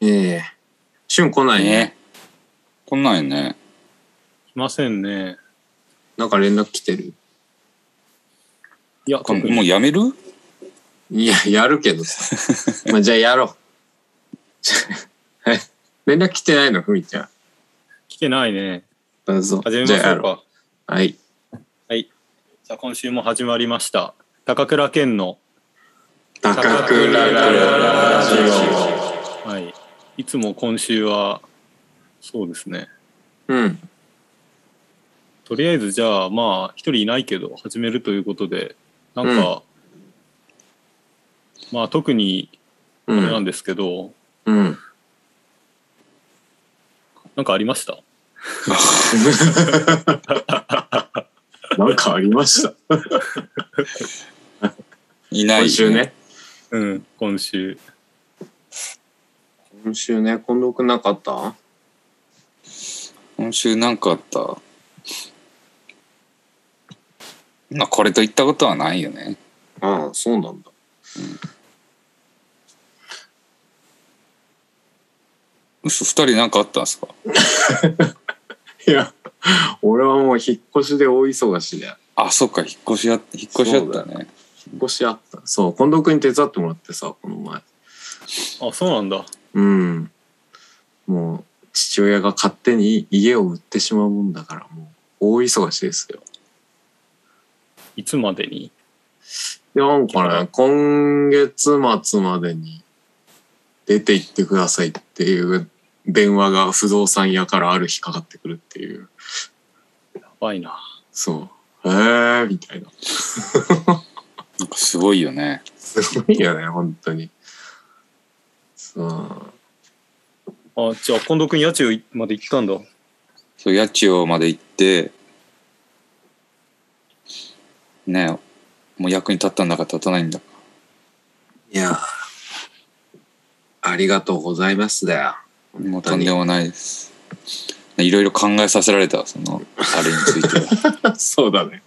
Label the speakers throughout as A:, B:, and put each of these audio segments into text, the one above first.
A: ええ旬来ないね。
B: ね。来ないね。
C: いませんね。
A: なんか連絡来てる。
C: いや、
B: こ
C: 特
B: れも
C: に。
B: うやめる
A: いや、やるけどさ。まあ、じゃあやろう。え連絡来てないのふみちゃん。
C: 来てないね。
A: どうぞ。
C: 始めま
A: じ
C: し
A: ゃあや
C: ょ
A: ろ
C: うか。
A: う。はい。
C: じゃあ今週も始まりました。高倉健の、
A: 高倉ラジオ。
C: はい。いつも今週は、そうですね。
A: うん。
C: とりあえずじゃあまあ一人いないけど始めるということでなんか、まあ特に
A: う。
C: あれなんんですけど、
A: うん。
C: なんかありました
A: なんかありました。
B: いない、
A: 今週ね。。
C: うん今週
A: 今週ね、近藤くんなかった
B: 今週なんかあった。まあ、これといったことはないよね。
A: ああ、そうなんだ。
B: 嘘、二人なんかあったんですか
A: いや、俺はもう引っ越しで大忙しで、
B: あ、そっか、引っ越しあ、引っ越しあったね。
A: 引っ越しあった。そう、近藤くんに手伝ってもらってさ、この前。
C: あそうなんだ
A: うん。もう、父親が勝手に家を売ってしまうもんだから、もう、大忙しですよ。
C: いつまでに
A: で、なんかね、今月末までに出て行ってくださいっていう電話が不動産屋からある日かかってくるっていう。
C: やばいな
A: そう。へえー、みたいな。
B: なんかすごいよね。
A: すごいよね、 本当に。そう。
C: あじゃあ近藤君家賃まで行ったんだ
B: そう、八千代まで行って、ねもう役に立ったんだか立たないんだか。
A: いや、ありがとうございますだよ。
B: もうとんでもないです。いろいろ考えさせられた、その、あれについては。
A: そうだね。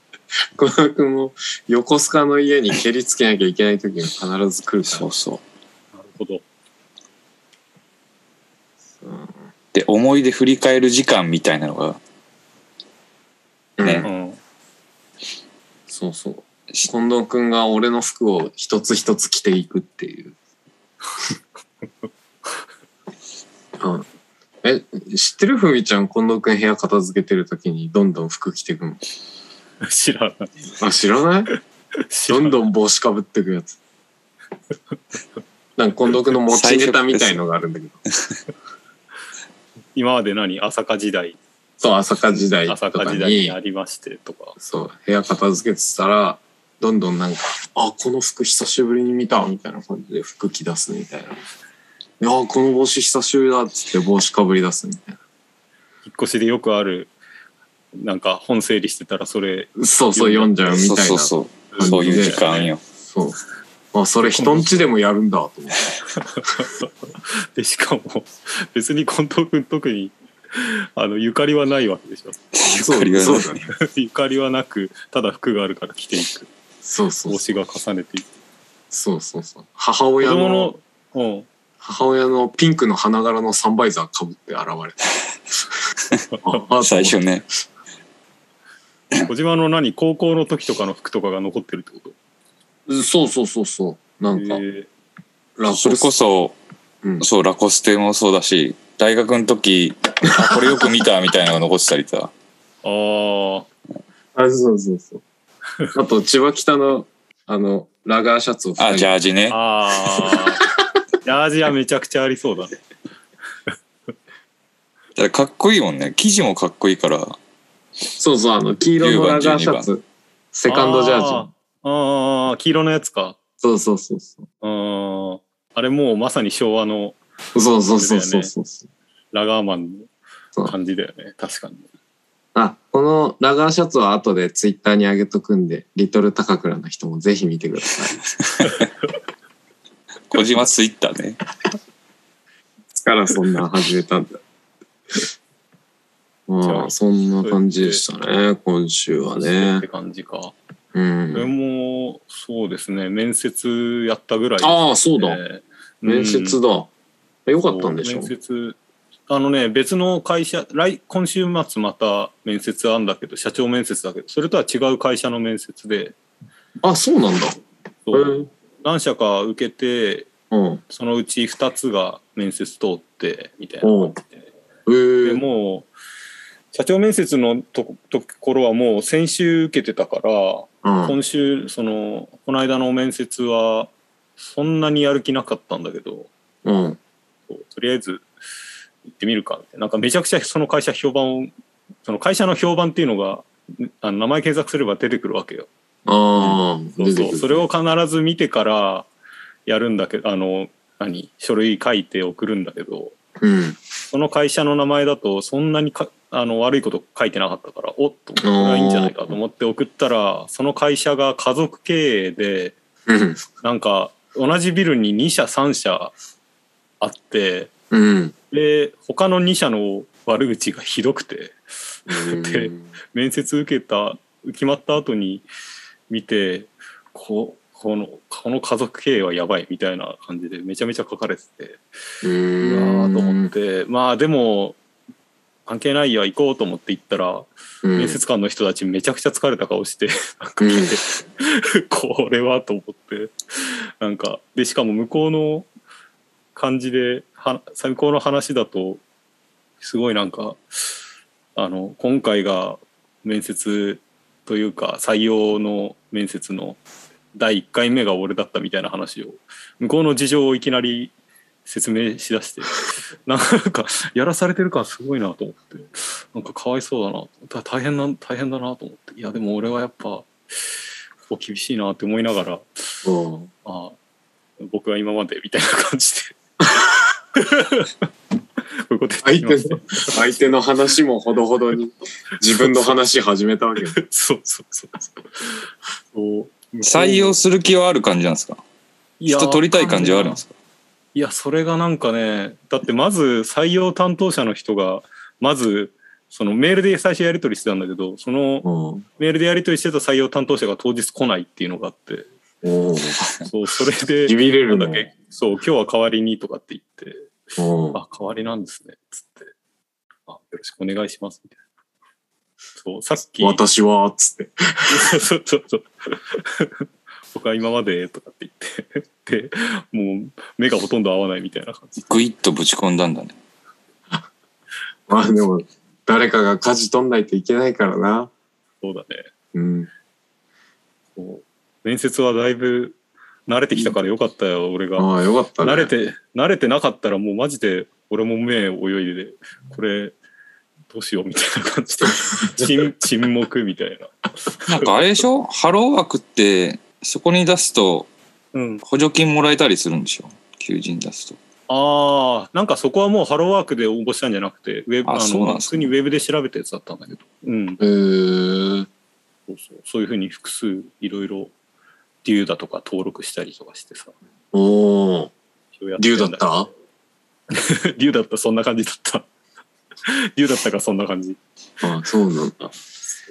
A: 小田君も横須賀の家に蹴りつけなきゃいけない時が必ず来るから。
B: そうそう。
C: なるほど
B: で、思い出振り返る時間みたいなのが、
A: うん
B: ね
C: うん
A: そうそう。近藤君が俺の服を一つ一つ着ていくって いう。うん、え、知ってるふみちゃん、近藤君部屋片付けてる時にどんどん服着てくの。
C: 知らない
A: あ、知らない
C: 知ら
A: ど
C: なんい
A: どん帽子かぶってくやつ。なんか近藤君の持ちネタみたいのがあるんだけど。
C: 今まで何朝霞時代
A: そう、朝霞時代と
C: 朝
A: か
C: 霞時代
A: に
C: にあ。りましてとか
A: そう、部屋片付けてたら、どんどんなんか、あ、この服久しぶりに見たみたいな感じで服着出すみたいな。であ、この帽子久しぶりだっつって帽子かぶり出すみたい
C: 引っ越しでよくあるなんか本整理してたらそれ
A: な。そうそう、読んじゃうみたい
B: そう
A: な。
B: そうそう。そういう時間よ。
A: そうあ、それ人んちでもやるんだと思って。
C: でしかも別に近藤君特にあのゆかりはないわけでしょ
B: ゆかりがない
A: そうだね。
C: ゆかりはなくただ服があるから着ていく
A: そうそう
C: 帽
A: そう。
C: 子が重ねていく
A: そうそうそう。母
C: 子
A: 親
C: 供
A: の
C: の、うん、
A: 母親のピンクの花柄のサンバイザーかぶ って現れたあ。
B: 最初ね。
C: 小島の何高校の時とかの服とかが残ってるってこ
A: そうそうそうそう。な
C: と
A: んか
C: へ、ー
A: ラコス
B: それこそ、
A: うん
B: そう、ラコステもそうだし、大学の時、あこれよく見たみたいなのが残ってた りさ。
C: あ
A: あ、そうそうそう。 あと、千葉北の、あの、ラガーシャツを
B: あ、ジャ
A: あ、
B: ージね
C: ー。あージャージはめちゃくちゃありそうだね
B: ただかっこいいもんね。生地もかっこいいから。
A: そうそう、あの、黄色のラガーシャ
B: 10
A: ツ。 セカンドジャージ。
C: あーあー黄色のやつか
A: そうそうそうそ
C: うんあれもうまさに昭和の
A: う。そうそうそうそうそうそう。
C: ラガーマンの感じだよね確かに
A: あ、このラガーシャツは後でツイッターに上げとくんで、リトル高倉の人もぜひ見てください。い
B: 小島ツイッターね。
A: つからそんなん始めたんだ。 まあ、そんな感じでしたね、今週は
C: っ
A: ね
C: て。感じか
A: う
C: 俺
A: ん。
C: もそうですね面接やったぐらい
A: ああ、そうだ。
C: えー
A: 面接
C: うん
A: だ。えよかったんでしょ
C: 面接あのね別の会社来今週末また面接あんだけど社長面接だけどそれとは違う会社の面接で
A: あ、そうなんだ。
C: そう何社か受けて
A: えーうん。
C: そのうち2つが面接通ってみたいな
A: おうえ
C: で
A: ー、
C: もう社長面接のとこところはもう先週受けてたから
A: うん。
C: 今週そのこの間の面接はそんなにやる気なかったんだけど
A: うん。
C: そうとりあえず行ってみるかみたいななんかめちゃくちゃその会社評判をその会社の評判っていうのがあの名前検索すれば出てくるわけよ
A: ああ、
C: そうそうそれ
A: を。
C: を必ず見てからやるんだけどあの何書類書いて送るんだけど
A: うん。
C: その会社の名前だとそんなにかあの悪いこと書いてなかったからおっとこれはいいんじゃないかと思って送ったらその会社が家族経営で
A: うん。
C: なんか同じビルに2社3社あって
A: うん。
C: で他の2社の悪口がひどくてで面接受けた決まった後に見てここのこの家族経営はやばいみたいな感じでめちゃめちゃ書かれてて
A: う
C: うわ
A: ん。
C: ーと思ってまあでも関係ないや行こうと思って行ったら
A: うん。
C: 面接官の人たちめちゃくちゃ疲れた顔してなんか
A: うん
C: 来て これはと思ってなんかでしかも向こうの感じでは向こうの話だとすごいなんかあの今回が面接というか採用の面接の第1回目が俺だったみたいな話を向こうの事情をいきなり説明しだして なんかやらされてる感すごいなと思ってなんかかわいそうだなだ大変な大変だなと思っていやでも俺はやっぱここ厳しいなって思いながら
A: うん
C: ああ僕は今までみたいな感じ でこういうこと言
A: 相
C: ってきま
A: 手
C: す
A: の、相手の話もほどほどに、自分の話始めたわけ。
C: そうそうそうそうそう
B: 採用する気はある感じなんですか人取りたい感じはあるんですか
C: いやそれがなんかねだってまず採用担当者の人がまずそのメールで最初やり取りしてたんだけどその
A: うん。
C: メールでやり取りしてた採用担当者が当日来ないっていうのがあって
A: お
C: そうそれで
A: ビビれ
C: な
A: る
C: んだ
A: の
C: っけそう今日は代わりにとかって言って
A: うん
C: あ、代わりなんですね。つって。あ、よろしくお願いします。みたいな。そう、さっき。
A: 私は、つって。
C: そうそうそう。僕は今まで、とかって言って。で、 もう、目がほとんど合わないみたいな感じ。
B: グイッとぶち込んだんだね
A: まあでも、誰かが舵取んないといけないからな。
C: そうだね。
A: うん。
C: そう面接はだいぶ、慣れてきたからよかったよ、俺が。
A: ああ、よかったね。
C: 慣れて、慣れてなかったらもうマジで、俺も目泳いで、これ、どうしようみたいな感じで、沈沈黙みたいな。
B: なんかあれでしょハロー枠ってそこに出すと
C: うん。
B: 補助金もらえたりするんでしょ求人出すと
C: ああ、なんかそこはもうハローワークで応募したんじゃなくて、ウェブ、
B: あ
C: あ
B: そうなん
C: の、
B: で
C: 普
B: すか
C: 通にウェブで調べたやつだったんだけど、うん、
A: えー、
C: そうそう、そういうふうに複数いろいろ、デューだとか登録したりとかしてさ、
A: おー、竜だった
C: た デューだった、そんな感じだった。 デューだったか、そんな感じ。
A: あそうなんだ。
C: そう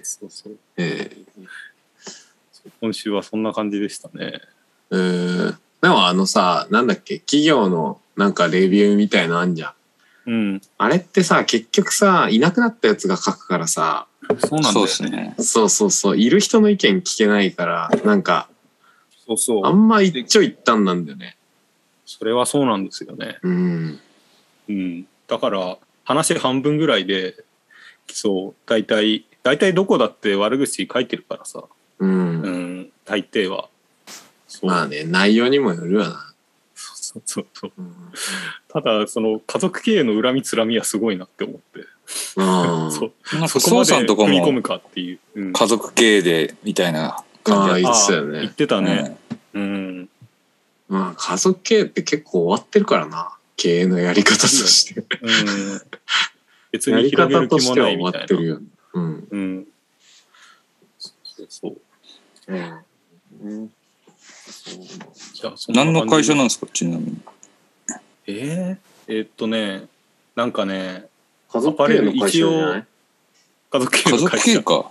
C: そうそう。
A: えー
C: 今週はそんな感じでしたね。
A: えー、でもあのさ、なんだっけ、企業のなんかレビューみたいなのあんじゃん。
C: うん、
A: あれってさ、結局さ、いなくなったやつが書くからさ、
C: そうなんだ
B: そう
C: よね。
B: ですね
A: そうそうそう、いる人の意見聞けないから、なんか、
C: そうそ
A: あ
C: う。
A: んま一長一短なんだよね。
C: それはそうなんですよね。
A: うん。
C: うん、だから話半分ぐらいでそう大体大体どこだって悪口書いてるからさ、
A: う。
C: うんん、大抵はそう
A: まあね、内容にもよるわな。
C: そうそうそう
A: うん。
C: ただその家族経営の恨みつらみはすごいなって思って
A: ああ。
C: そう
B: なんか
C: そこま
B: 孫
C: で
B: さんとか
C: 踏み込む
B: も
C: かっていう、うん
B: 家族経営でみたいな
A: ああ
B: 感じ
A: 言
B: だっ
A: ってたよ
C: あ言っ
A: ね。
C: てた
B: た
C: ね、うん
A: まあ、家族経営って結構終わってるからな。経営のやり方と して。
C: うん、別
A: や
C: に
A: り
C: 広げ
A: 方
C: る
A: と
C: 気
A: し
C: も
A: ては
C: ない
A: 終
C: み
A: わ
C: たい
A: っ
C: な
A: て、るよね。うん。
C: うん、そうそう
A: うん。
C: じゃあそんな
B: 何の
C: 感
B: 会
C: じ
B: 社なんですかちなみに
C: えー、えーっとねなんかね
A: 家族経営の会社じゃない
C: 家族経
B: 家
C: 営の
B: 族
C: 会
B: 経
C: 社
B: 営 か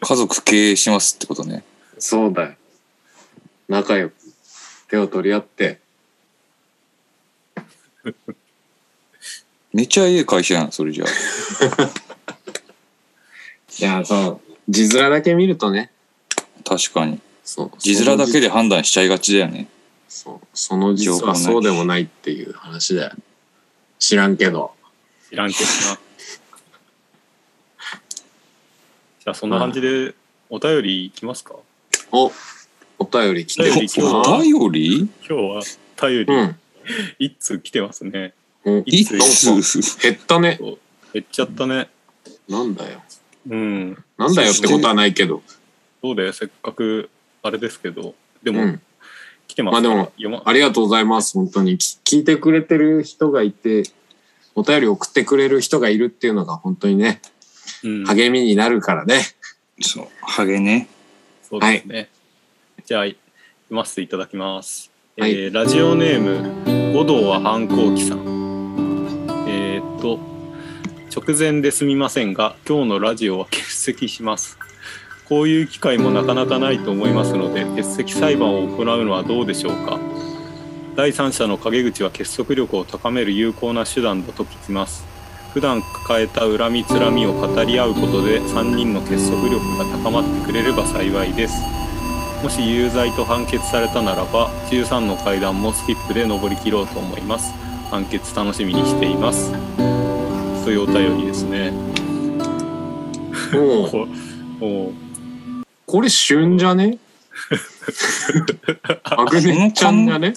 B: 家族経営しますってことね
A: そうだよ。仲良く手を取り合って、
B: めちゃいい会社やん、それじゃあ。
A: いや、そう。字面だけ見るとね。
B: 確かに。
A: そう。
B: 字面だけで判断しちゃいがちだよね。
A: そう。その実はそうでもないっていう話だよ。知らんけど。
C: いらんけど な。じゃあ、そんな感じで、お便りいきますか
A: お、お便り来て
C: お
A: る
C: 便り来
A: な
C: た
B: お便り
C: 今日は、頼
A: う
C: り、
A: ん。
C: 一通来てますね。
A: うん
B: い
C: い
A: つ
B: つ
A: 減ったね。
C: 減っちゃったね。
A: なんだよ。
C: うん。
A: なんだよってことはないけど。
C: どうだよ、せっかく、あれですけど。で
A: う
C: も、
A: ん。
C: 来てますから。
A: まあでも
C: 読ま
A: ありがとうございます。本当に。き聞いてくれてる人がいて、お便り送ってくれる人がいるっていうのが本当にね、
C: うん、
A: 励みになるからね。
B: そう、ハゲね。
C: そうですね。じゃあ、読ませていただきます。
A: はい
C: えーラジオネーム、五道は反抗期さん。えーっと、直前ですみませんが、今日のラジオは欠席します。こういう機会もなかなかないと思いますので、欠席裁判を行うのはどうでしょうか。第三者の陰口は結束力を高める有効な手段だと聞きます。普段抱えた恨みつらみを語り合うことで3人の結束力が高まってくれれば幸いですもし有罪と判決されたならば13の階段もスキップで登り切ろうと思います判決楽しみにしていますというお便りですね
A: もう、
C: こもう
A: これ旬じゃ ねアグネちゃんじゃね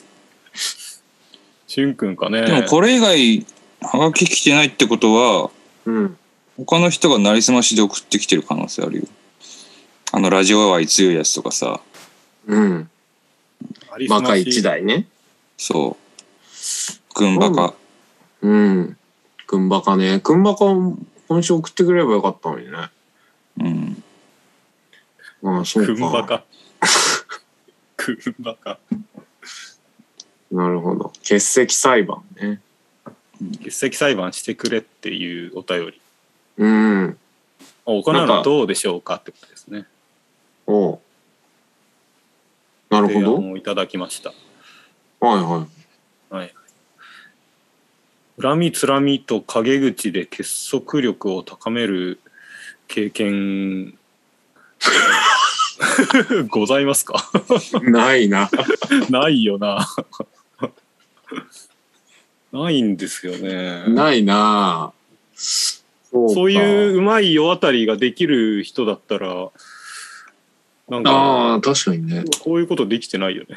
C: しゅんくんかね
B: でもこれ以外、ハガキ来てないってことは、
A: うん。
B: 他の人がなりすましで送ってきてる可能性あるよ。あの、ラジオ愛強いやつとかさ、
A: うん。
C: ありすま
A: バ
C: し
A: カ一台ね。
B: そう。軍バカ。
A: うん。くんばかね。くんばか今週送ってくれればよかったのにね。
B: うん。
A: ああ、そうか。
C: くんばかくんばか
A: なるほど。欠席裁判ね。
C: 欠席裁判してくれっていうお便り
A: うん。
C: 行うのはどうでしょうかってことですね
A: おうなるほ
C: 提
A: ど。
C: 案をいただきました
A: はいはい。
C: はい。恨みつらみと陰口で結束力を高める経験 ございますか
A: ないな。
C: ないよな。 ないんですよね。
A: ないな。そうか
C: そういう。うまい世渡りができる人だったら、なん
A: あ
C: か、
A: あ、確かにね。
C: こういうことできてないよね。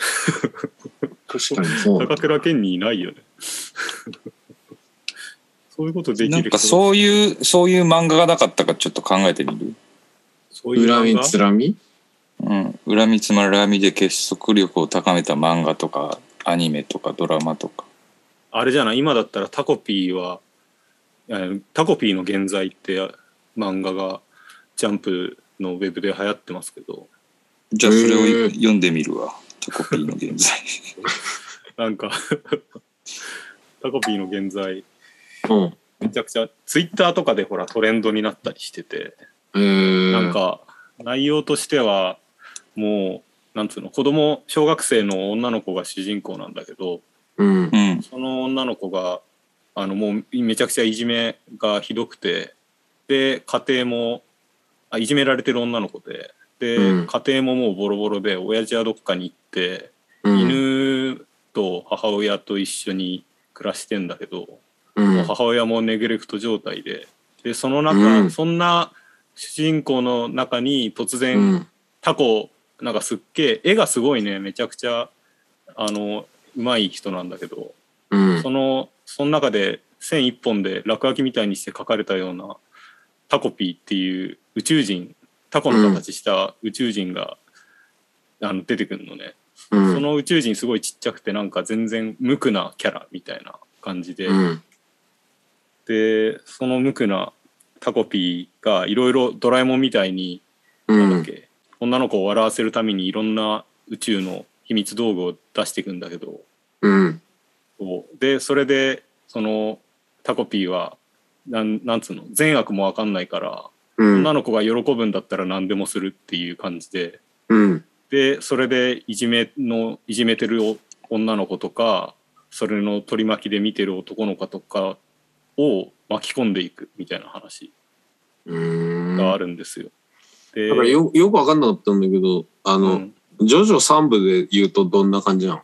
A: 確かにそうだ
C: 高。倉健にいないよね。 そういうことできる
B: なん
C: 人
B: かそういう、そういう漫画がなかったかちょっと考えてみる
C: そういう漫画
A: 恨みつらみ
B: うん。恨みつまらみで結束力を高めた漫画とか、アニメとかドラマとか。
C: あれじゃない今だったらタコピーはえータコピーの現在ってあ漫画がジャンプのウェブで流行ってますけど
B: じゃあそれを
A: へ
B: い
A: ー
B: 読んでみるわ。タコピーの現在。
C: なんか タコピーの現在
A: うん。
C: めちゃくちゃツイッターとかでほらトレンドになったりしてて
A: えー、
C: なんか内容としてはもうなんつうの子供小学生の女の子が主人公なんだけど
A: うん。
B: うん。
C: その女の子があのもうめちゃくちゃいじめがひどくてで家庭もあいじめられてる女の子でで、
A: うん
C: 家庭ももうボロボロで親父はどっかに行って、
A: うん。
C: 犬と母親と一緒に暮らしてんだけど、
A: うん。
C: 母親もネグレクト状態ででその中、
A: うん
C: そんな主人公の中に突
A: う
C: 然、
A: ん。
C: タコなんかすっげえ絵がすごいねめちゃくちゃあのうまい人なんだけど。
A: うん。
C: そのその中で線一本で落書きみたいにして書かれたようなタコピーっていう宇宙人タコの形した宇宙人が、あの出てくるのね、
A: うん
C: その宇宙人すごいちっちゃくてなんか全然無垢なキャラみたいな感じで、
A: うん。
C: でその無垢なタコピーがいろいろドラえもんみたいに
A: う
C: なんだっ
A: ん。
C: け、女の子を笑わせるためにいろんな宇宙の秘密道具を出していくんだけど、
A: うん。
C: そうでそれでそのタコピーはなんなんつうの善悪も分かんないから、
A: うん
C: 女。の子が喜ぶんだったら何でもするっていう感じで
A: うん。
C: でそれでいじめのいじめてる女の子とかそれの取り巻きで見てる男の子とかを巻き込んでいくみたいな話
A: うーん。
C: があ
A: だ
C: るんですよ。で
A: からよよくわかんなかったんだけど、あ
C: う
A: の、
C: ん
A: ジョジョ3部で言うとどんな感じなの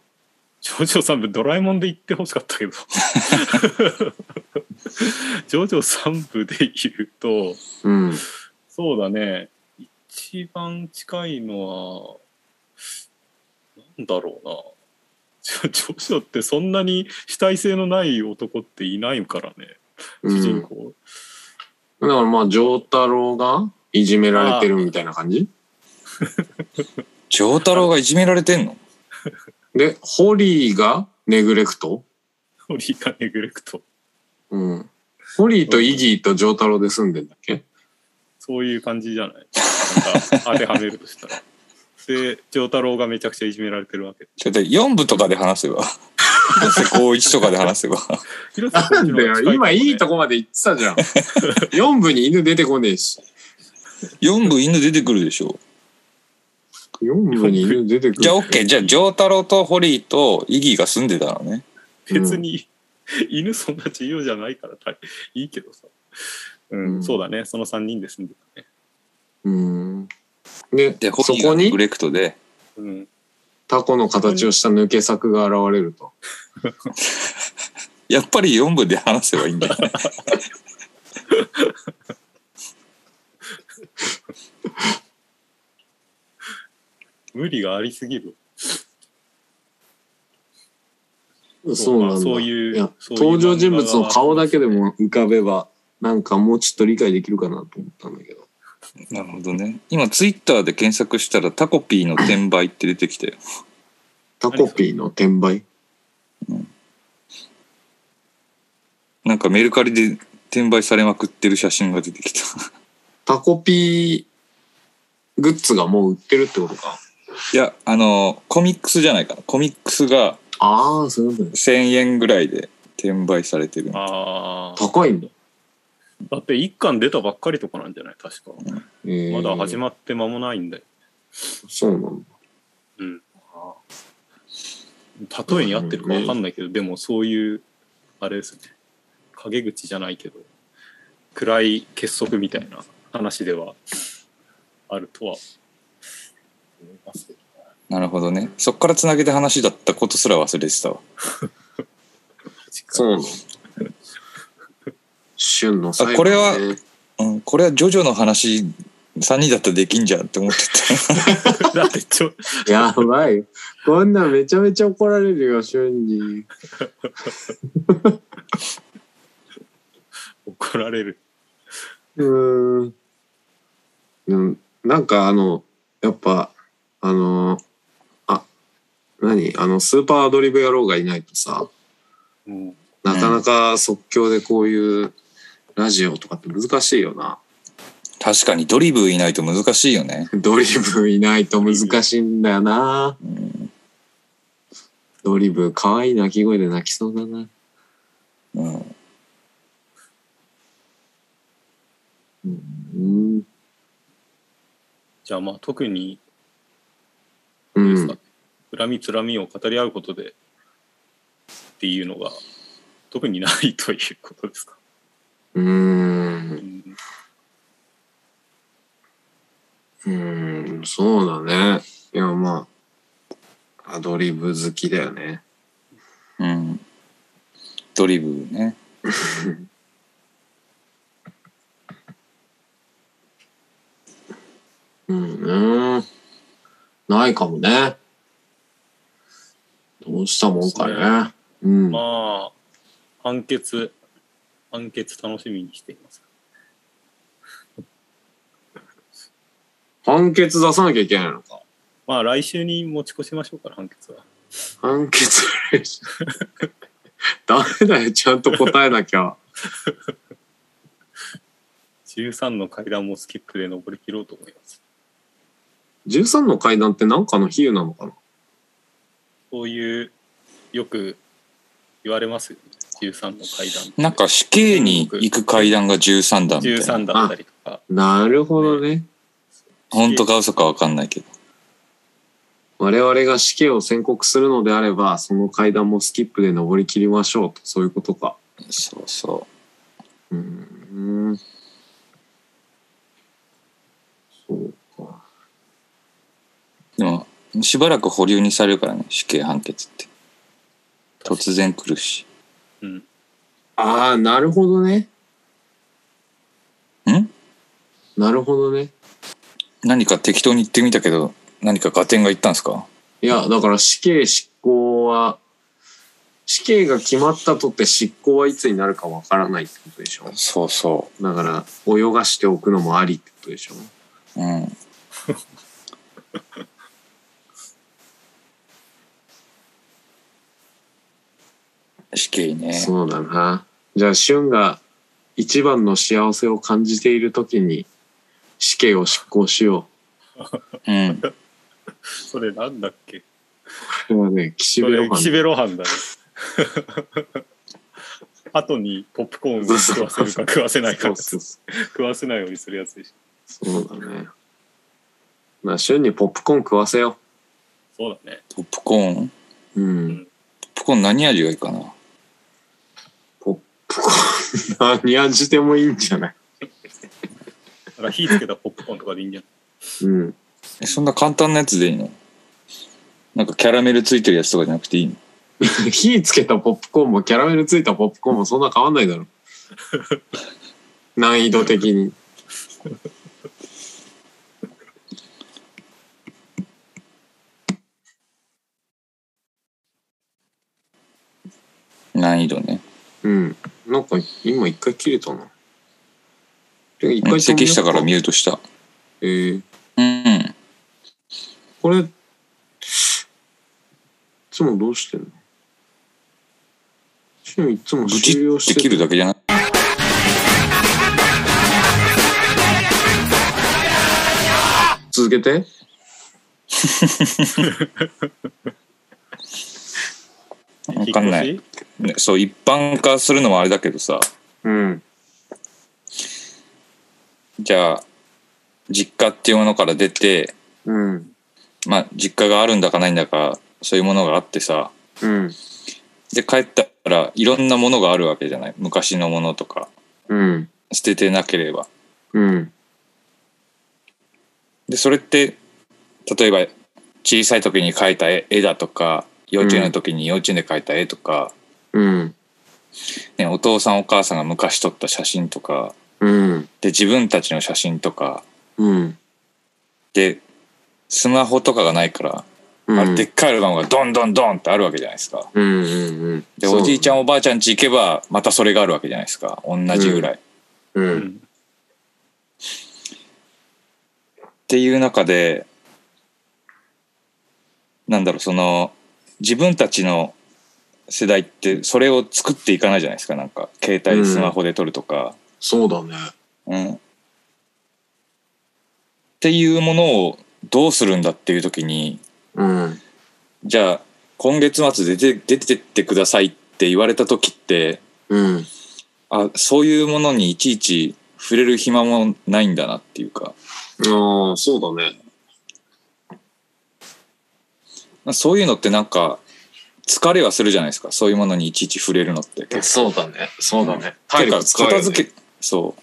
C: ジョジョ3部ドラえもんで言ってほしかっ たけどジョジョ3部で言うと
A: うん。
C: そうだね一番近いのはなんだろうなジョジョジョってそんなに主体性のない男っていないからね
A: う
C: 主
A: ん
C: 人、公、
A: だからまあ、丈太郎がいじめられてるみたいな感じ
B: 丈太郎がいじめられてんの
A: で、ホリーがネグレクト
C: ホリーがネグレクト
A: うん。ホリーとイギーと丈太郎で住んでんだっけ
C: そういう感じじゃないなんか当てはめるとし たら。で丈太郎がめちゃくちゃいじめられてるわけ
B: ちょっと4部とかで話せば。広瀬光一とかで話せば。
C: 広瀬
A: な
C: こっ
A: ん
C: ちの
A: だ
C: 方が
A: よ、
C: 近いかも
A: 今
C: ね
A: いいとこまで行ってたじゃん。4部に犬出てこねえし。
B: 4部犬出てくるでしょ。
A: 4部に犬出てくる。
B: じゃあ OK。じゃあ丈太郎とホリーとイギーが住んでたのね。
C: 別に、犬そんな自由じゃないから大いいけどさ、うん
A: うん
C: そうだねその3人で住んでたね、
A: うん。で
B: で、、ホ
A: そ
B: リーが
A: こ
B: ネグ
A: に
B: レクトで。
C: うん、
A: タコの形をした抜け作が現れると。
B: やっぱり4部で話せばいいんだよね。
C: 無理がありすぎる
A: そうなんだ。
C: そういう
A: や
C: そういう
A: 登場人物の顔だけでも浮かべば、なんかもうちょっと理解できるかなと思ったんだけど。
B: なるほどね。今ツイッターで検索したらタコピーの転売って出てきたよ。
A: タコピーの転売
B: なんかメルカリで転売されまくってる写真が出てきた。
A: タコピーグッズがもう売ってるってことか。
B: いや、あの、コミックスじゃないかな。コミックスが
A: ああ、そういうことね。
B: 1000円ぐらいで転売されてる。
C: あー
A: 高いんだ。
C: だって1巻出たばっかりとかなんじゃない確かまだ始
A: ま
C: まって間もないんだよ、
A: そうなんだ。
C: うん、例えに合ってるかわかんないけど、でもそういうあれですね陰口じゃないけど暗い結束みたいな話ではあるとは思いま すけど
B: なるほどね。そっからつなげた話だったことすら忘れてたわ。
A: そうなの。旬の最後、ね、
B: あこれはうん、これはジョジョの話、3人だったらできんじゃんって思ってた。
C: だってちょ
A: やばいよ。こんなんめちゃめちゃ怒られるよ、旬に。
C: 怒られる。
A: うーんうん。なんかあの、やっぱ、あの、あ、何あの、スーパーアドリブ野郎がいないとさ、
C: うん、
A: なかなか即興でこういうラジオとかって難しいよな。
B: 確かにドリブいないと難しいよね。
A: ドリブいないと難しいんだよな。ドリブ、可愛い鳴き声で泣きそうだな。
B: うん。
A: うん。
C: じゃあまあ特に
A: う
C: ですか
A: ん
C: ね、恨みつらみを語り合うことでっていうのが特にないということですか。
A: うん
C: う。ん
A: うーん、そうだね。いや、まあ、アドリブ好きだよね。
B: うん。ドリブね。
A: うん、うん。ないかもね。どうしたもんかね。うん。
C: まあ判決判決楽しみにしています。
A: 判決出さなきゃいけないの か。
C: まあ来週に持ち越しましょうから判決は。
A: 判決 ダメだよ、ちゃんと答えなきゃ。
C: 13の階段もスキップで登り切ろうと思います。
A: 13の階段ってなんかの比喩なのかな
C: そういうよく言われますよね。13の階段。
B: なんか死刑に行く階段が13段みたいな。
C: 13だったりとか。
A: なるほどね。
B: 本当か嘘かわかんないけど。
A: 我々が死刑を宣告するのであれば、その階段もスキップで登り切りましょうと、そういうことか。
B: そうそう
A: ーん。そうか。
B: う。でも、しばらく保留にされるからね、死刑判決って。突然来るし。
C: うん。
A: ああ、なるほどね。
B: ん
A: なるほどね。
B: 何か適当に言ってみたけど、何か合点が言ったんですか
A: いや、だから死刑執行は、死刑が決まったとって執行はいつになるかわからないってことでしょ。
B: そうそ
A: だから、泳がしておくのもありってことでしょ。
B: う。うん。死刑ね。
A: そうだな。じゃあ、シュンが一番の幸せを感じているときに死刑を執行しよ
B: うん。
C: それなんだっけ
A: う。これはね、岸
C: そ
A: 辺露
C: れ
A: 伴
C: 岸辺露伴だね。後にポップコーンを食わせるか食わせない
A: そ
C: か
A: うそうそ
C: 食わせないようにするやつでし
A: う
C: ょ。
A: そうだね。まあ、シュンにポップコーン食わせよ
C: そうだね。
B: ポップコーンポッ
A: う。うんん。
B: プコーン何味がいいかな
A: ポップコーン、何味でもいいんじゃない
C: だから火つけたポップコーンとかでいいんじゃない
A: うん。
B: え、そんな簡単なやつでいいのなんかキャラメルついてるやつとかじゃなくていいの
A: 火つけたポップコーンもキャラメルついたポップコーンもそんな変わんないだろ難易度的に
B: 難易度ね。
A: うんなんか今一回切れたなてか一
B: う
A: 回
B: ん咳したから
A: 見
B: ミュートした。
A: えー、
B: うん。
A: これいつもどうしてんのシュンいつも
B: ブチ
A: 終
B: ッ
A: 了
B: て
A: して
B: 切るだけじゃない
A: 続けて
B: わかんない
C: 引っ越し
B: ね、そう、一般化するのもあれだけどさ、
A: うん
B: じゃあ、実家っていうものから出て、
A: うん
B: まあ、実家があるんだかないんだか、そういうものがあってさ、
A: うん
B: で、帰ったらいろんなものがあるわけじゃない昔のものとか、
A: うん
B: 捨ててなければ。
A: うん
B: で、それって、例えば、小さい時に描いた絵絵だとか、幼稚園の時に幼稚園で描いた絵とか、
A: うん
B: ね、お父さんお母さんが昔撮った写真とか、
A: うん
B: で、自分たちの写真とか、
A: うん
B: で、スマホとかがないから、
A: うん
B: あれでっかいアルバムがドンドンドンってあるわけじゃないですか。
A: うんうんうん
B: で、おじいち
A: ゃん
B: ゃんおばあちゃん家行けば、またそれがあるわけじゃないですか。同じぐらい。っ
A: う
C: うんん
B: ていう中で、なんだろう、その、自分たちの世代って、それを作っていかないじゃないですか。なんか、携帯、スマホで撮るとか。
A: そうだね
B: うん。っていうものをどうするんだっていう時に、
A: うん
B: じゃあ、今月末で出て出てってくださいって言われた時って、
A: うん。
B: あそういうものにいちいち触れる暇もないんだなっていうか、
A: ああ、そうだね。
B: まあそういうのってなんか疲れはするじゃないですかそういうものにいちいち触れるのって結
A: そうだね。そうだね。
B: 構
A: 体力使うよ、ね。
B: 片付けそう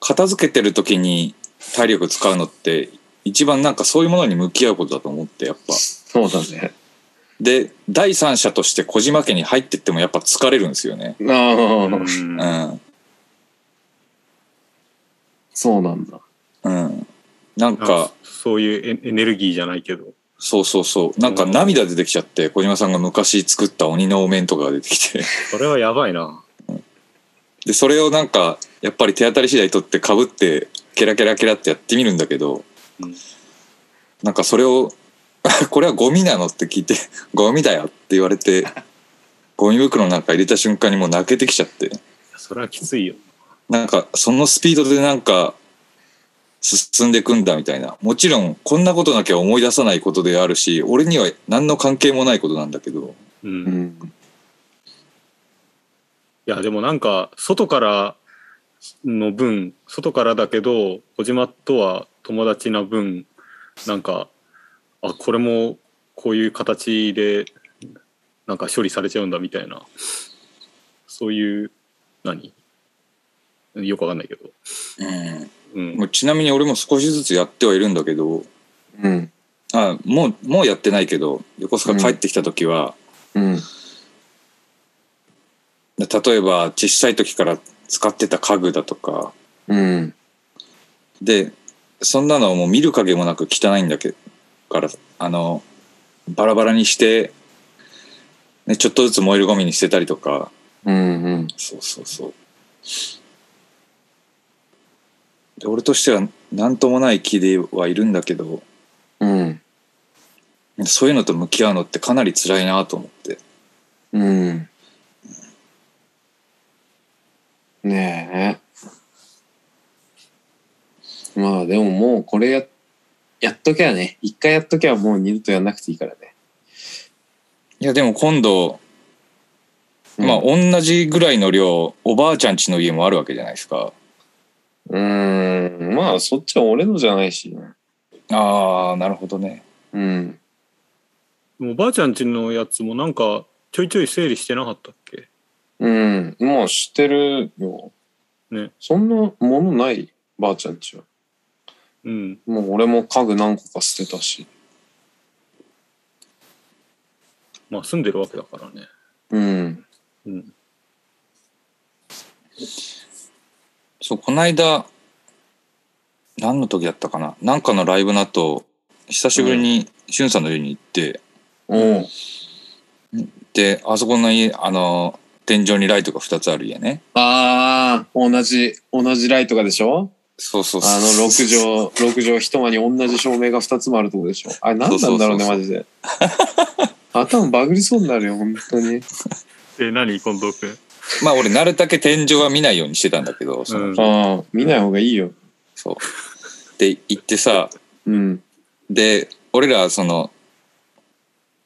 B: 片付けてる時に体力使うのって一番なんかそういうものに向き合うことだと思ってやっぱ
A: そうだね。
B: で第三者として小島家に入ってってもやっぱ疲れるんですよね
A: ああ、
B: う
C: うん
B: ん
A: そうなんだ。
B: うんなん
C: なんか
B: か
C: そういうエエネルギーじゃないけど。
B: そうそうそうなんか涙出てきちゃって小島さんが昔作った鬼のお面とかが出てきて
C: それはやばいな。
B: でそれをなんかやっぱり手当たり次第取ってかぶってケラケラケラってやってみるんだけど、
C: うん
B: なんかそれを 「これはゴミなの?」って聞いて 「ゴミだよ」って言われてゴミ袋の中入れた瞬間にもう泣けてきちゃって
C: それはきついよ。
B: なんかそのスピードでなんか進んでいくんだみたいなもちろんこんなことなきゃ思い出さないことであるし俺には何の関係もないことなんだけど
C: う。
A: うん
C: い
A: ん。
C: や、でもなんか、外からの分、外からだけど、小島とは友達な分、なんか、あ、これもこういう形でなんか処理されちゃうんだみたいなそういう何よくわかんないけど、う
B: うんん。もうちなみに俺も少しずつやってはいるんだけど、
A: うん。
B: あもう、もうやってないけど、横須賀帰ってきた時は、
A: うん。
B: 例えば小さい時から使ってた家具だとか、
A: うん。
B: で、そんなのもう見る影もなく汚いんだけから、あの、バラバラにして、ね、ちょっとずつ燃えるゴミに捨てたりとか、
A: うん。うん。
B: そうそうそう。で俺としては何ともない気ではいるんだけど、
A: うん。
B: そういうのと向き合うのってかなり辛いなと思って。
A: うん。ねえ。まあでももうこれや、やっときゃね、一回やっときゃもう二度とやんなくていいからね。
B: いやでも今度、まあ同じぐらいの量、おばあちゃん家の家もあるわけじゃないですか。
A: うん、うん、まあそっちは俺のじゃないしな。
B: ああ、なるほどね。
A: うん。
C: でもおばあちゃんちのやつもなんかちょいちょい整理してなかったっけ
A: うん、もう知ってるよ。
C: ね。
A: そんなものない、ばあちゃんちは。
C: うん
A: もう俺も家具何個か捨てたし。
C: まあ住んでるわけだからね
A: うん。
C: うん
B: そう、こないだ、何の時だったかななんかのライブの後、久しぶりにしゅんさんの家に行って、
A: おう
B: で、あそこの家、あの、天井にライトが2つある家ね。
A: ああ、同じ、同じライトがでしょ
B: そうそうそう。
A: あの、6畳、6畳一間に同じ照明が2つもあるとこでしょ。あれ、何なんだろうね、
B: そ
A: マジで。 頭バグりそうになるよ、本当に。
C: え何近藤君
B: まあ俺、なるだけ天井は見ないようにしてたんだけど、その
C: うん
A: ああ、見ない方がいいよ。
B: そう。で、行ってさ、
A: うん。
B: で、俺ら、その、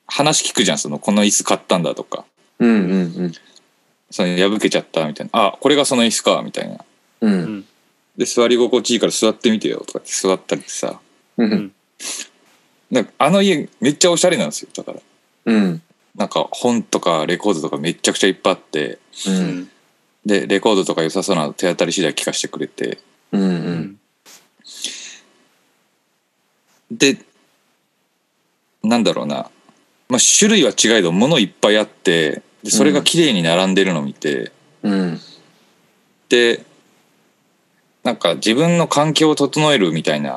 B: 話聞くじゃん、その、この椅子買ったんだとか、
A: うんうん
B: その、破けちゃったみたいな、あ、これがその椅子か、みたいな。
A: うん。う。
C: うんん
B: で、座り心地いいから座ってみてよ、とかって座ったりさ、
A: うん。
B: なんかあの家めっちゃおしゃれなんですよ、だから。
A: うん。
B: なんか本とかレコードとかめっちゃくちゃいっぱいあって、
A: う。
C: うんん
B: で、レコードとか良さそうなの手当たり次第聞かせてくれて、
A: うん。う。
C: うんん
B: で、なんだろうな、まあ種類は違えど物いっぱいあって、でそれが綺麗に並んでるのを見て、
A: うん。
B: でなんか自分の環境を整えるみたいな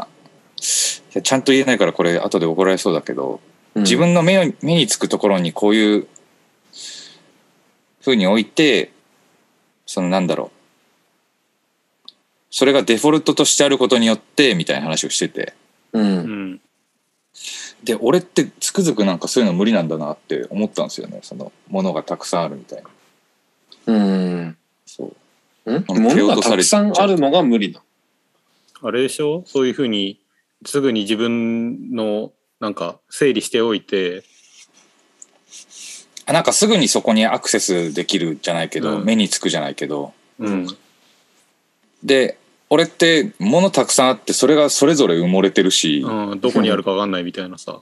B: いやちゃんと言えないからこれ後で怒られそうだけど、自分の目を目につくところにこういう風に置いてそのなんだろうそれがデフォルトとしてあることによってみたいな話をしてて
A: う。
C: うんん
B: で俺ってつくづくなんかそういうの無理なんだなって思ったんですよねそのものがたくさんあるみたいな
A: うん。
B: そう
A: うん。物がたくさんあるのが無理だ。
C: あれでしょそういうふうにすぐに自分のなんか整理しておいて
B: あなんかすぐにそこにアクセスできるじゃないけど、
C: うん
B: 目につくじゃないけど
C: うん
B: で俺って物たくさんあってそれがそれぞれ埋もれてるし、
C: うん、どこにあるか分かんないみたいなさ。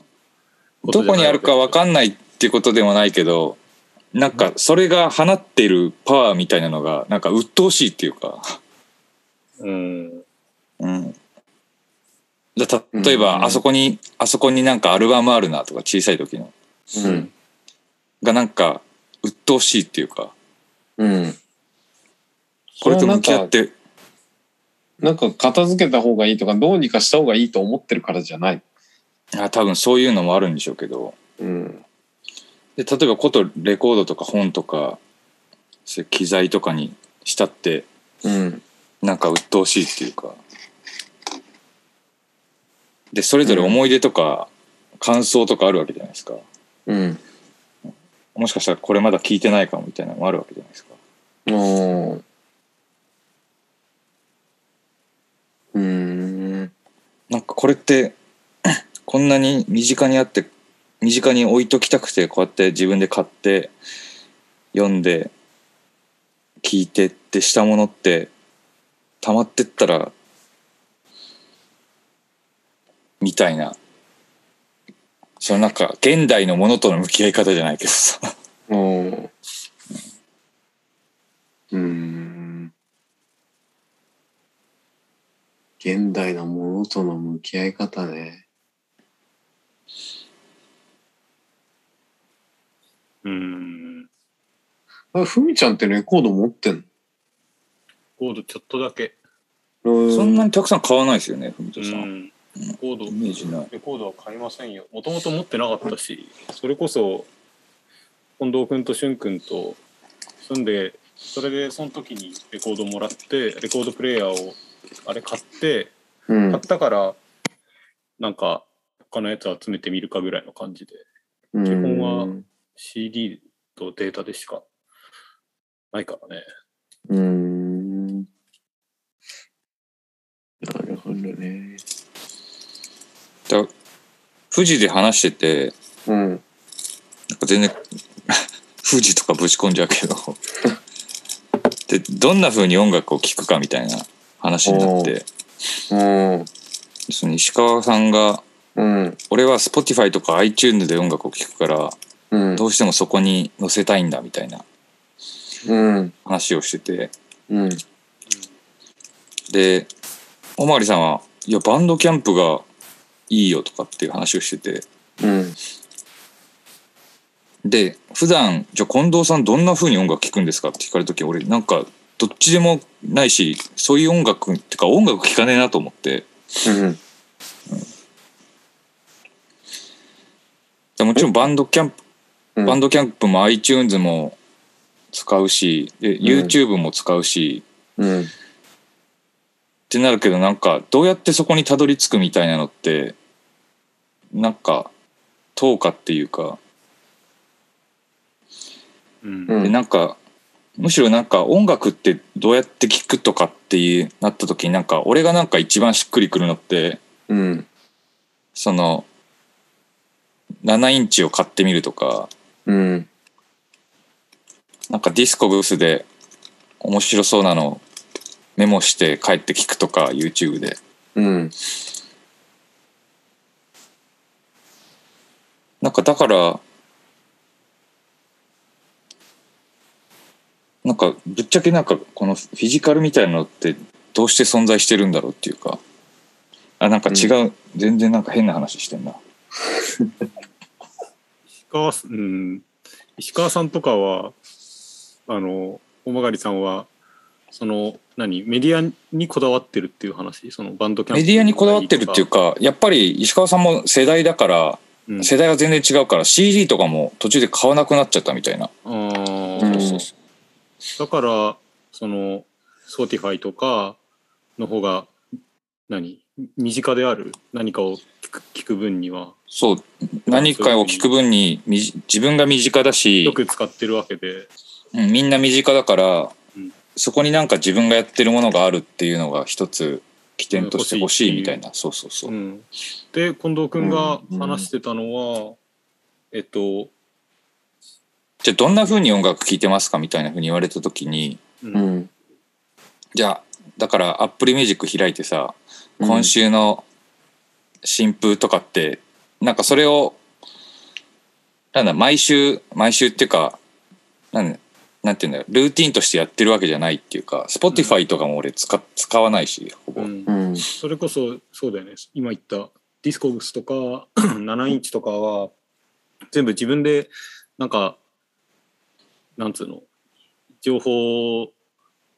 B: どこにあるか分かんないっていうことでもないけどなんかそれが放っているパワーみたいなのがなんか鬱陶しいっていうか、
C: うん。
B: うん、だ例えば、
A: うん
B: あそこにあそこになんかアルバムあるなとか小さい時の
A: うん。
B: がなんか鬱陶しいっていうか
A: うん。
B: これと向き合って
A: なんか片付けた方がいいとかどうにかした方がいいと思ってるからじゃない。
B: あ多分そういうのもあるんでしょうけど。
A: うん。
B: で例えばことレコードとか本とかそういう機材とかにしたって
A: うん。
B: なんか鬱陶しいっていうかでそれぞれ思い出とか感想とかあるわけじゃないですか
A: うん。
B: もしかしたらこれまだ聞いてないかもみたいなのもあるわけじゃないですか
A: おーうーん。
B: なんかこれって こんなに身近にあって身近に置いときたくてこうやって自分で買って読んで聞いてってしたものって溜まってったらみたいなそのなんか現代のものとの向き合い方じゃないけどさ
A: おーうーん。現代のものとの向き合い方ね。
C: うん。
A: あふみちゃんってレコード持ってん
C: コードちょっとだけ。
A: の
B: そんなにたくさん買わないですよね文
C: う
B: 藤さん、
C: ん。コード
B: イメージない
C: レコードは買いませんよもともと持ってなかったしそれこそ近藤君と俊君と住んでそれでその時にレコードもらってレコードプレイヤーをあれ買って
A: うん
C: 買ったからなんか他のやつ集めてみるかぐらいの感じで
A: 基
C: 本は CD とデータでしかないからね
A: うーん。なるほどね。
B: だ富士で話してて
A: うん。
B: なんか全然 富士とかぶち込んじゃう けどでどんな風に音楽を聴くかみたいな話になって
A: うん。
B: その石川さんが
A: うん。
B: 俺は Spotify とか iTunes で音楽を聴くから
A: うん。
B: どうしてもそこに載せたいんだみたいな
A: うん。
B: 話をしてて
A: うん。
B: でおまわりさんは「いやバンドキャンプがいいよ」とかっていう話をしてて
A: うん。
B: で普段じゃあ近藤さんどんな風に音楽聴くんですか?」って聞かれた時俺なんかどっちでもないしそういう音楽ってか音楽聴かねえなと思って
A: うん。
B: でもちろんバンドキャンプ、
A: うん
B: バンドキャンプも iTunes も使うしで YouTube も使うし、
A: うん。
B: ってなるけどなんかどうやってそこにたどり着くみたいなのってなんか等価っていうか
C: うん
A: うん
B: でなんかむしろなんか音楽ってどうやって聴くとかっていうなった時になんか俺がなんか一番しっくりくるのって
A: うん。
B: その7インチを買ってみるとか
A: うん。
B: なんかディスコブースで面白そうなのをメモして帰って聞くとか YouTube で
A: うん。
B: なんかだからなんかぶっちゃけなんかこのフィジカルみたいなのってどうして存在してるんだろうっていうかあなんか違う、全然なんか変な話してんな
C: 石川す、うん、石川さんとかは、あの、おまがりさんは、その、何、メディアにこだわってるっていう話、そのバンドキャンプ
B: メディアにこだわってるっていうかやっぱり石川さんも世代だから
C: うん、
B: 世代が全然違うから CD とかも途中で買わなくなっちゃったみたいな
C: あー
A: うん
C: だから、その、Spotify とかの方が、何、身近である何かを聞く聞く分には、
B: そう何かを聞く分にみじ自分が身近だし
C: よく使ってるわけで、
B: うんみんな身近だから、
C: うん
B: そこになんか自分がやってるものがあるっていうのが一つ起点として欲しいみたいな、そうそうそうう、
C: ん、で近藤君が話してたのは、えっと、
B: じゃあどんな風に音楽聴いてますかみたいな風に言われた時に
C: うん
A: うん。
B: じゃあだからアップルミュージック開いてさ今週の新風とかって、なんかそれをなんだ毎週毎週っていうかなんだなんていうんだろうルーティンとしてやってるわけじゃないっていうか Spotify とかも俺使使わないしほぼ、
C: うん
A: うん。
C: それこそそうだよね今言ったディスコブスと か7インチとかは全部自分でなんかなんつうの情報を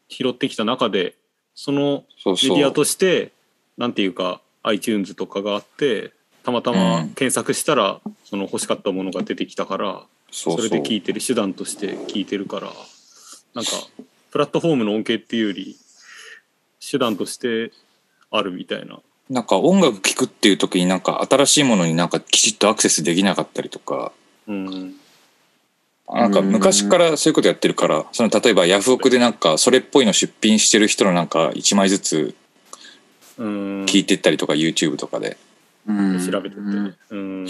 C: 拾ってきた中でその
B: そう
C: メデ
B: そう
C: ィアとしてなんていうか iTunes とかがあってたまたま
B: うん
C: 検索したらその欲しかったものが出てきたから
B: そ
C: そう
B: そう
C: れで聞いてる手段として聞いてるからなんかプラットフォームの恩恵っていうより手段としてあるみたいな
B: なんか音楽聴くっていう時になんか新しいものになんかきちっとアクセスできなかったりとか、
C: うん
B: なんか昔からそういうことやってるから、その例えばヤフオクでなんかそれっぽいの出品してる人のなんか1枚ずつ
C: うん
B: 聞いてったりとか YouTube とかで、
A: うん。
C: 調べててうん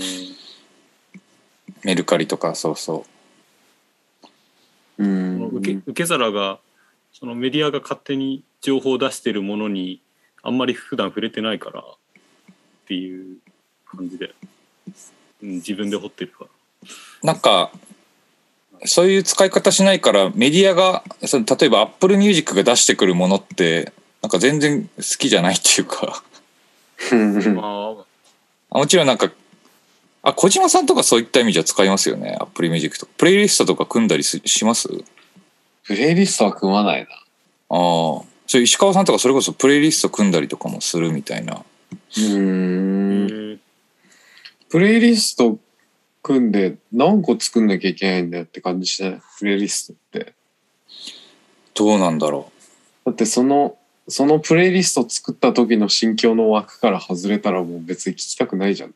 B: メルカリとかそうそう。
A: う
C: その
A: ん。
C: 受け受け皿がそのメディアが勝手に情報を出してるものにあんまり普段触れてないからっていう感じでうん自分で掘ってるか
B: な
C: ら。
B: んかそういう使い方しないからメディアがその例えば Apple Music が出してくるものってなんか全然好きじゃないっていうか
A: うん
C: ああ、
B: あもちろんなんかあ小島さんとかそういった意味じゃ使いますよね Apple Music とかプレイリストとか組んだりすします
A: プレイリストは組まないな。
B: ああそれ石川さんとかそれこそプレイリスト組んだりとかもするみたいな
A: うん。
C: へえ
A: プレイリスト組んで何個作んなきゃいけないんだよって感じしないプレイリストって。
B: どうなんだろ
A: だってその、そのプレイリスト作った時の心境の枠から外れたらもう別に聞きたくないじゃんね。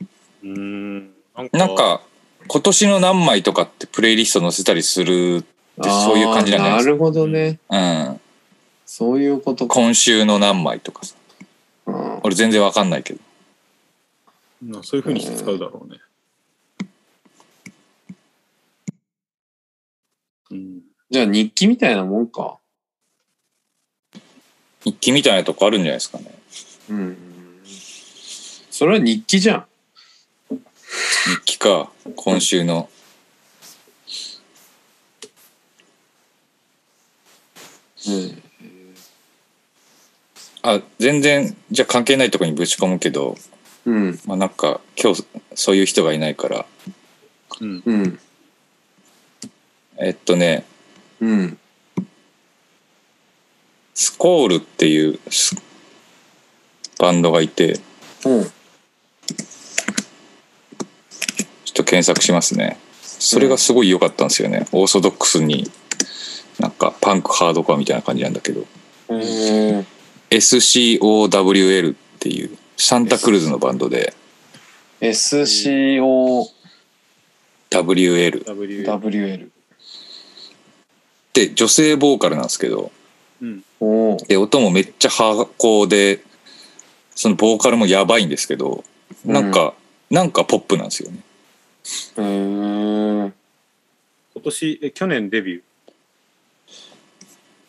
C: うーん。なん
B: う
C: か、
B: なんか今年の何枚とかってプレイリスト載せたりするでそういう感じなんじゃない
A: あ
B: で
A: ー
B: す
A: なるほどね。
B: うん
A: そういうことか。
B: 今週の何枚とかさ
A: うん
B: 俺全然わかんないけど
C: なそういうふうにして使うだろうね。うん。
A: じゃあ日記みたいなもんか。
B: 日記みたいなとこあるんじゃないですかね
A: うん。それは日記じゃん。
B: 日記か今週の
A: うん。
B: あ全然じゃあ関係ないとこにぶち込むけど
A: うん。
B: まあなんか今日そういう人がいないから
C: うん。
A: うん。
B: えっとね
A: うん。
B: スコールっていうスバンドがいて
A: うん。
B: ちょっと検索しますねそれがすごい良かったんですよね、オーソドックスになんかパンクハードコアみたいな感じなんだけど
A: えー
B: SCOWL っていうサンタクルーズのバンドで
A: SCOWL。
B: WL
C: W。
B: で女性ボーカルなんですけど
C: うん。
A: おー
B: で音もめっちゃハコでそのボーカルもやばいんですけどなんか、なんかポップなんですよね
A: えー
C: 今年、え、去年デビュー。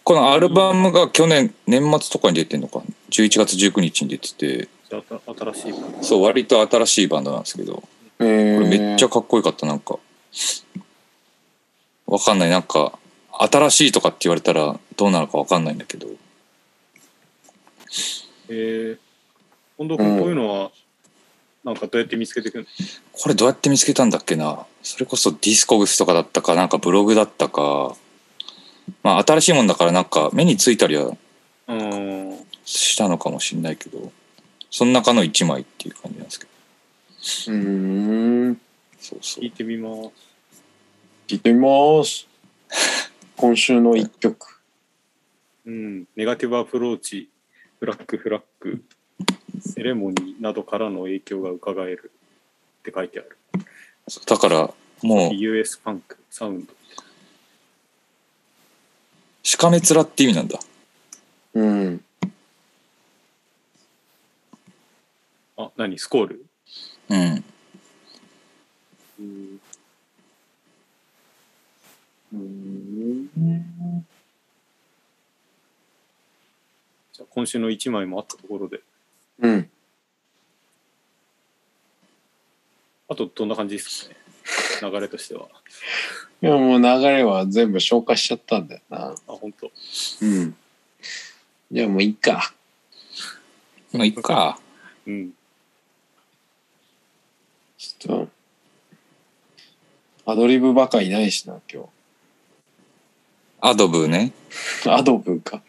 B: このアルバムが去年年末とかに出てんのか11月19日に出てて
C: じゃあた新しいバンド。
B: そう割と新しいバンドなんですけどこ
A: え
B: れ
A: ー
B: めっちゃかっこよかったなんかわかんないなんか新しいとかって言われたらどうなのかわかんないんだけど
C: えー、近藤君、こういうのは、なんかどうやって見つけていくの
B: これどうやって見つけたんだっけなそれこそディスコグスとかだったかなんかブログだったかまあ新しいもんだからなんか目についたりは
C: うーん。
B: したのかもしれないけどその中の一枚っていう感じなんですけど
A: うーん。
B: そうそ
C: 聞
B: う
C: いてみます。
A: 聞いてみ ます。今週の一曲。
C: うん、ネガティブアプローチ、ブラックフラッグ、セレモニーなどからの影響がうかがえるって書いてある。
B: そうだからもう
C: US パンク、サウンド。
B: しかめ面って意味なんだ
A: うん。
C: あ、何スコール
B: うん
A: うん。
C: じゃあ今週の1枚もあったところで。
A: うん。
C: あと、どんな感じですかね流れとしては。
A: いやもう流れは全部消化しちゃったんだよな。
C: あ、本当。
A: うん。じゃあもういいか。
B: まあいっか
C: うん。
A: ちょっと、アドリブばかいないしな、今
B: アドブね
A: 日。アドブか。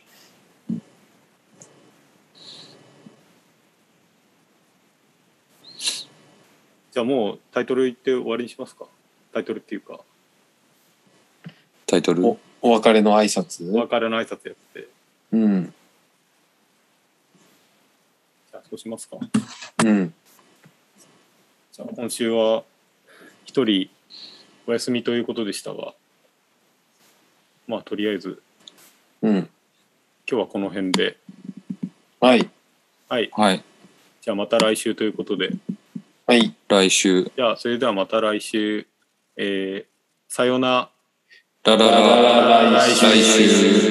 C: じゃあもうタイトル言って終わりにしますかタイトルっていうか、
B: タイトル
A: おお別れの挨
C: お
A: 拶
C: 別れの挨拶やって。
A: うん。
C: じゃあ、そうしますか
A: うん。
C: じゃあ今週は一人お休みということでしたが、まあとりあえず
A: うん。
C: 今日はこの辺で、
A: はい。
C: はい、
B: はい
C: じゃあまた来週ということで、
A: はい。
B: 来週
C: じゃあそれではまた来週、えーさような
B: ラ
C: ら。
B: ララララ
A: 来週
B: 来週